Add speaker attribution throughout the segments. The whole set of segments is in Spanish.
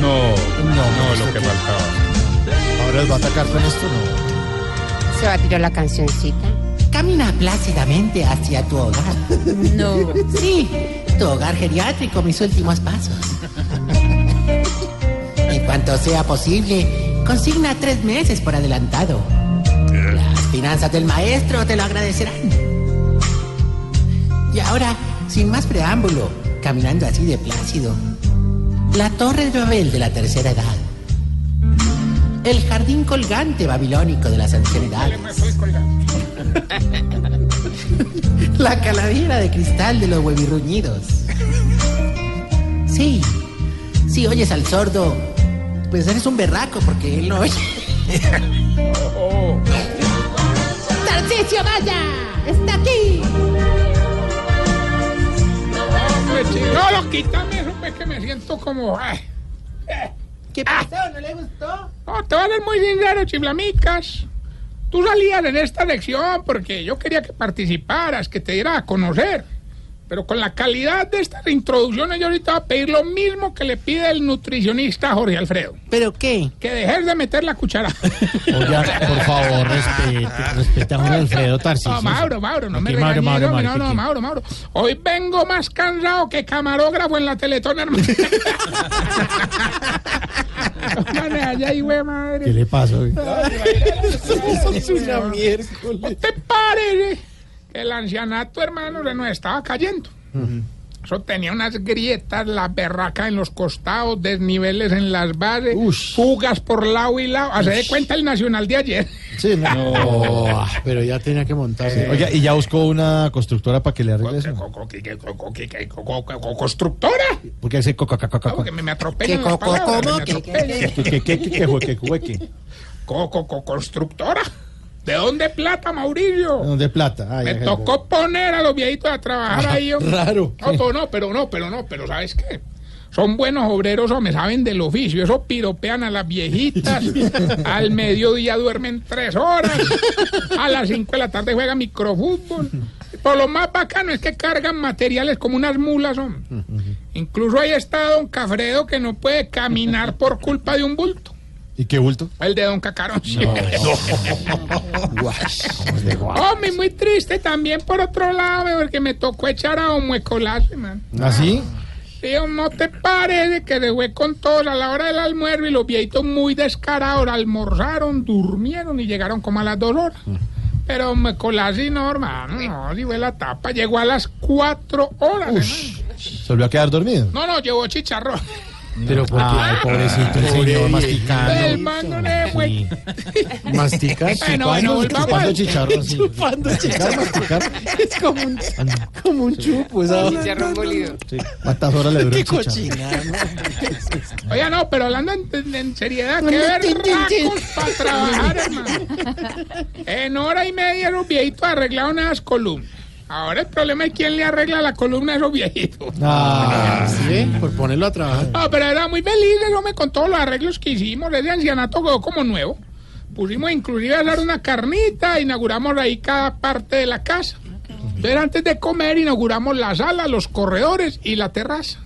Speaker 1: No, no,
Speaker 2: este
Speaker 1: lo que faltaba.
Speaker 3: Ahora los va a atacar con esto, no.
Speaker 4: Se va a tirar la cancioncita.
Speaker 5: Camina plácidamente hacia tu hogar.
Speaker 4: No.
Speaker 5: Sí, tu hogar geriátrico, mis últimos pasos. En cuanto sea posible, consigna tres meses por adelantado. Las finanzas del maestro te lo agradecerán. Y ahora, sin más preámbulo, caminando así de plácido, la Torre de Babel de la tercera edad. El jardín colgante babilónico de las ancianidades. La calavera de cristal de los huevirruñidos. Sí, si oyes al sordo, pues eres un berraco porque él no oye.
Speaker 4: ¡Tarcicio Maya! ¡Está aquí!
Speaker 2: Hombre, chico, No, lo quítame, eso es que me siento como. ay. eh, ah.
Speaker 5: ¿Qué pasó? ¿No le gustó?
Speaker 2: No, te valen muy bien raro, chiflamicas. Tú salías en esta elección porque yo quería que participaras, que te dieras a conocer. Pero con la calidad de estas introducciones, yo ahorita voy a pedir lo mismo que le pide el nutricionista Jorge Alfredo:
Speaker 5: ¿Pero qué?
Speaker 2: que dejes de meter la cuchara.
Speaker 3: Oiga, por favor, respete, respete a Juan Alfredo Tarcísio.
Speaker 2: No, Mauro, Mauro, no me
Speaker 3: Aquí, Mauro,
Speaker 2: regañes,
Speaker 3: Mauro,
Speaker 2: hombre, no,
Speaker 3: Mauro,
Speaker 2: no,
Speaker 3: aquí.
Speaker 2: Mauro, Mauro. Hoy vengo más cansado que camarógrafo en la Teletón, hermano. Hermano, allá, hijo de madre.
Speaker 3: ¿Qué le pasa? güey?
Speaker 2: ¿No te parece que el ancianato, hermano, se nos estaba cayendo? Eso tenía unas grietas, la berraca en los costados, desniveles en las bases,
Speaker 3: Ush.
Speaker 2: fugas por lado y lado. Hace de cuenta el Nacional de ayer.
Speaker 3: Sí, no. No, ah, pero ya tenía que montarse.
Speaker 5: Eh,
Speaker 3: Oiga, ¿y ya buscó una constructora para que le arregle eso?
Speaker 2: Co- co- Pues que- que- co- co- que- que- co- co- co- Constructora.
Speaker 3: Porque hace coca, coca, coca.
Speaker 2: Porque me, me atropellan
Speaker 5: ¿Qué
Speaker 2: las
Speaker 5: co- co-
Speaker 2: palabras,
Speaker 5: cómo?
Speaker 2: me
Speaker 5: ¿Qué-
Speaker 2: atropellan.
Speaker 3: Que, que, que, que, jueque, jueque.
Speaker 2: Co- co- co- Constructora. ¿De dónde plata, Mauricio?
Speaker 3: No, De plata. Ay,
Speaker 2: Me
Speaker 3: ay, ay.
Speaker 2: tocó poner a los viejitos a trabajar ahí. hombre.
Speaker 3: Raro.
Speaker 2: No, pero no, pero no, pero no, pero ¿sabes qué? Son buenos obreros o me saben del oficio. Eso piropean a las viejitas. al mediodía duermen tres horas. A las cinco de la tarde juegan microfútbol. Por lo más bacano es que cargan materiales como unas mulas, hombre. Incluso ahí está don Cafredo que no puede caminar por culpa de un bulto.
Speaker 3: ¿Y qué bulto?
Speaker 2: El de don Cacarón. sí. Hombre, muy triste también por otro lado, porque me tocó echar a un muecolazo, man.
Speaker 3: ¿Así?
Speaker 2: Tío, no te parece que se fue con todos a la hora del almuerzo y los viejitos muy descarados almorzaron, durmieron y llegaron como a las dos horas. Pero me colasi no, hermano, no, si fue la tapa, llegó a las cuatro horas. hermano.
Speaker 3: ¿Se volvió a quedar dormido?
Speaker 2: No, no, llevó chicharrón.
Speaker 3: Pero Ay, pobrecito el señor Ah,
Speaker 2: el
Speaker 3: masticando.
Speaker 2: mano le fue.
Speaker 3: Masticar,
Speaker 2: Bueno, bueno,
Speaker 3: chupando,
Speaker 2: volvamos
Speaker 3: chupando
Speaker 2: al-
Speaker 3: chicharrón. sí.
Speaker 5: Chupando
Speaker 3: Masticar, masticar.
Speaker 5: Es como un, como un chupo. esa-
Speaker 3: Sí. ¿Cuántas horas le duró
Speaker 5: Qué
Speaker 3: el chicharrón?
Speaker 5: cochina, ¿no?
Speaker 2: Oiga, no, pero hablando en, en- en seriedad, qué
Speaker 5: tin, tin, tin.
Speaker 2: berracos para trabajar, hermano. En hora y media los viejitos arreglaron las columnas. Ahora el problema es quién le arregla la columna a esos viejitos.
Speaker 3: Ah, ¿sí? Por ponerlo a trabajar.
Speaker 2: No, pero era muy feliz el hombre con todos los arreglos que hicimos. Ese ancianato quedó como nuevo. Pusimos inclusive a hacer una carnita, inauguramos ahí cada parte de la casa. Pero antes de comer inauguramos la sala, los corredores y la terraza,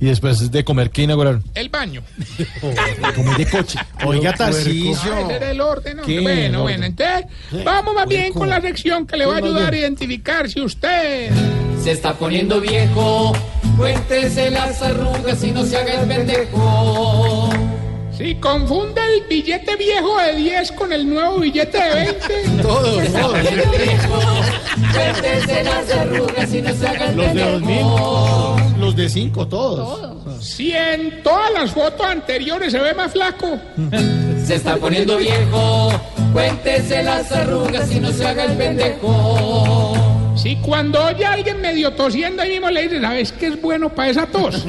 Speaker 3: Y después de comer, ¿qué inauguraron?
Speaker 2: el baño.
Speaker 3: Comer de coche. Oiga,
Speaker 2: Ah,
Speaker 3: Tarcicio.
Speaker 2: ese era el orden, hombre.
Speaker 3: ¿Qué
Speaker 2: Bueno,
Speaker 3: orden?
Speaker 2: bueno, entonces vamos más bien con la sección que le va a
Speaker 3: Vamos
Speaker 2: ayudar a
Speaker 3: bien.
Speaker 2: identificar si usted.
Speaker 6: Se está poniendo viejo, cuéntese las arrugas y no se haga el pendejo.
Speaker 2: Si confunde el billete viejo de 10 con el nuevo billete de 20.
Speaker 3: Todo, todo.
Speaker 6: Cuéntese las arrugas y no se haga el
Speaker 3: Los de dos
Speaker 6: pendejo.
Speaker 3: mil, los de cinco, todos.
Speaker 2: Si en todas las fotos anteriores se ve más flaco.
Speaker 6: Se está poniendo viejo, cuéntese las arrugas y no se haga el pendejo.
Speaker 2: Si cuando oye a alguien medio tosiendo ahí mismo le dice, ¿sabes qué es bueno para esa tos?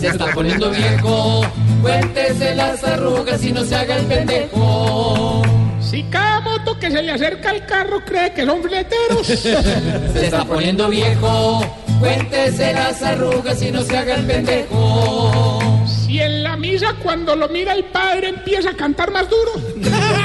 Speaker 6: Se está poniendo viejo, cuéntese las arrugas y no se haga el pendejo.
Speaker 2: Si cada moto que se le acerca al carro cree que son fleteros.
Speaker 6: Se está poniendo viejo, cuéntese las arrugas y no se haga el pendejo.
Speaker 2: Si en la misa cuando lo mira el padre empieza a cantar más duro.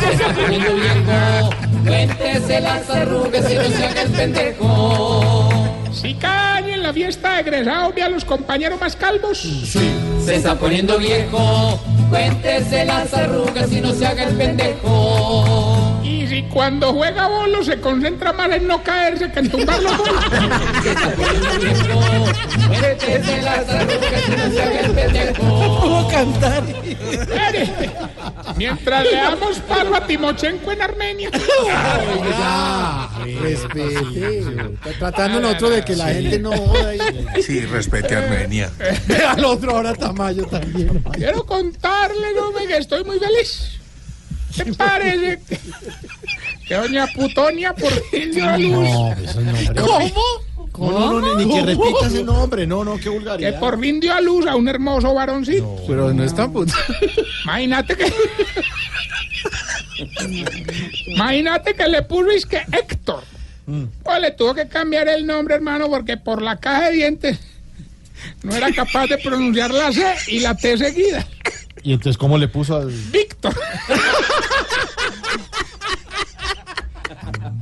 Speaker 6: Se está poniendo viejo, cuéntese las arrugas y no se haga el pendejo.
Speaker 2: Si cada año en la fiesta de egresado ve a los compañeros más calvos.
Speaker 6: Se está poniendo viejo, cuéntese las arrugas y no se haga el pendejo.
Speaker 2: Y si cuando juega bolo se concentra más en no caerse que en tumbar los bolos.
Speaker 6: Cuéntese las arrugas y no se haga el pendejo.
Speaker 2: Espere. Mientras le damos paro a Timochenko en Armenia.
Speaker 3: Ah, Respete. Está tratando nosotros de que la gente no joda. Y...
Speaker 7: Sí, respete a Armenia.
Speaker 3: Al otro ahora Tamayo también. Ay,
Speaker 2: Quiero contarle, hombre, que estoy muy feliz. ¿Qué parece? Que doña Putonia por fin dio a luz.
Speaker 3: No, pues, no, hombre. No, no, no, ni, ni que repita ese nombre. No, no, qué
Speaker 2: Que
Speaker 3: vulgaridad.
Speaker 2: por fin dio a luz a un hermoso varoncito.
Speaker 3: Pero no está puta.
Speaker 2: Imagínate que. Imagínate que le puso es que Héctor.
Speaker 3: Mm.
Speaker 2: Pues le tuvo que cambiar el nombre, hermano, porque por la caja de dientes no era capaz de pronunciar la C y la T seguida.
Speaker 3: ¿Y entonces cómo le puso al
Speaker 2: Víctor.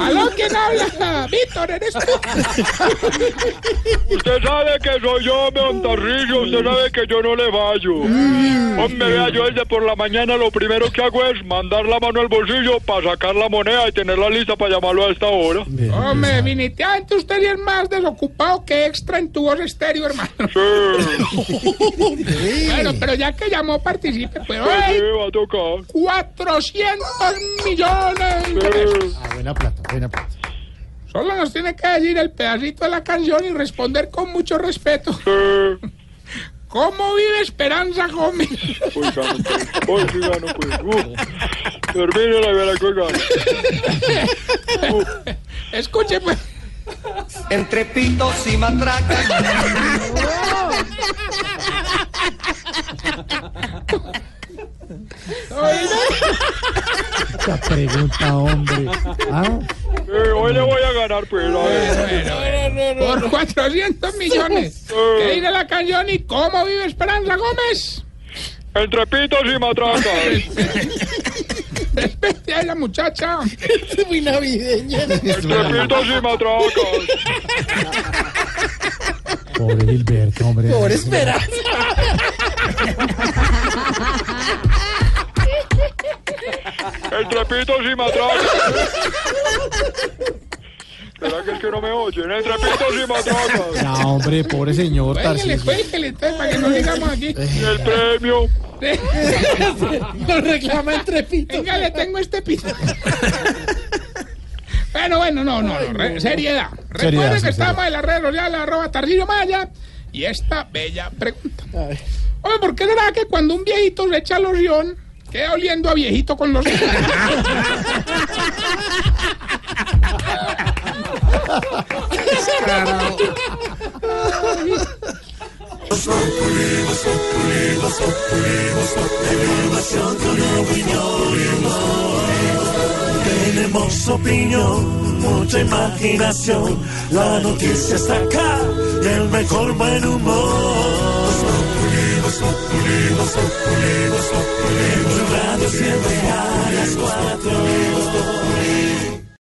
Speaker 2: ¿Aló quién habla? Víctor, eres tú.
Speaker 8: Usted sabe que soy yo, me ontarrillo, usted sabe que yo no le fallo. Hombre, vea, yo desde por la mañana lo primero que hago es mandar la mano al bolsillo para sacar la moneda y tenerla lista para llamarlo a esta hora.
Speaker 3: Bien.
Speaker 2: Hombre, definitivamente usted es más desocupado que extra en tu voz estéreo, hermano.
Speaker 8: Sí,
Speaker 2: Bueno, pero ya que llamó, participe. Pero,
Speaker 8: sí,
Speaker 2: ¡ay!
Speaker 8: va a tocar.
Speaker 2: 400 millones de pesos.
Speaker 8: Sí.
Speaker 3: Ah, buena plata, buena plata.
Speaker 2: Solo nos tiene que decir el pedacito de la canción y responder con mucho respeto.
Speaker 8: sí.
Speaker 2: ¿Cómo vive Esperanza Gómez?
Speaker 8: Uy, gano, pues. Uy, sí, gano, pues. Uh, termínela y verá que gano.
Speaker 2: Escuche, pues.
Speaker 9: Entre pitos y matracas.
Speaker 3: Esta pregunta, hombre. Ah,
Speaker 8: Sí, hoy le voy a ganar, pues. a ver.
Speaker 2: Por 400 millones. ¿Qué dice la canción y cómo vive Esperanza Gómez?
Speaker 8: Entre pitos y matracas.
Speaker 2: Respete a la muchacha.
Speaker 3: muy navideña.
Speaker 8: Entre pitos y matracas.
Speaker 3: Pobre Gilberto, hombre. Pobre
Speaker 8: Entre pitos y matracas. ¿Será que es que no me oyen? Entre pitos y matracas.
Speaker 3: No, hombre, pobre señor
Speaker 2: Cuélguele,
Speaker 3: Tarcísio.
Speaker 2: cuélguele, entonces, para que no digamos aquí.
Speaker 8: Y el premio.
Speaker 3: Lo reclama entre pitos.
Speaker 2: Venga, le tengo este pito. bueno, bueno, no, no, no. re- seriedad.
Speaker 3: Seriedad,
Speaker 2: Recuerden
Speaker 3: sí,
Speaker 2: que estamos
Speaker 3: seriedad.
Speaker 2: en las redes sociales, arroba Tarcillo Maya. Y esta bella pregunta. Oye, ¿por qué será que cuando un viejito se echa loción, queda oliendo a viejito con los
Speaker 9: Tenemos opinión, mucha imaginación. La noticia está acá y el mejor buen humor. Los populimos, populimos, populimos, populimos. En tu radio siempre a las cuatro.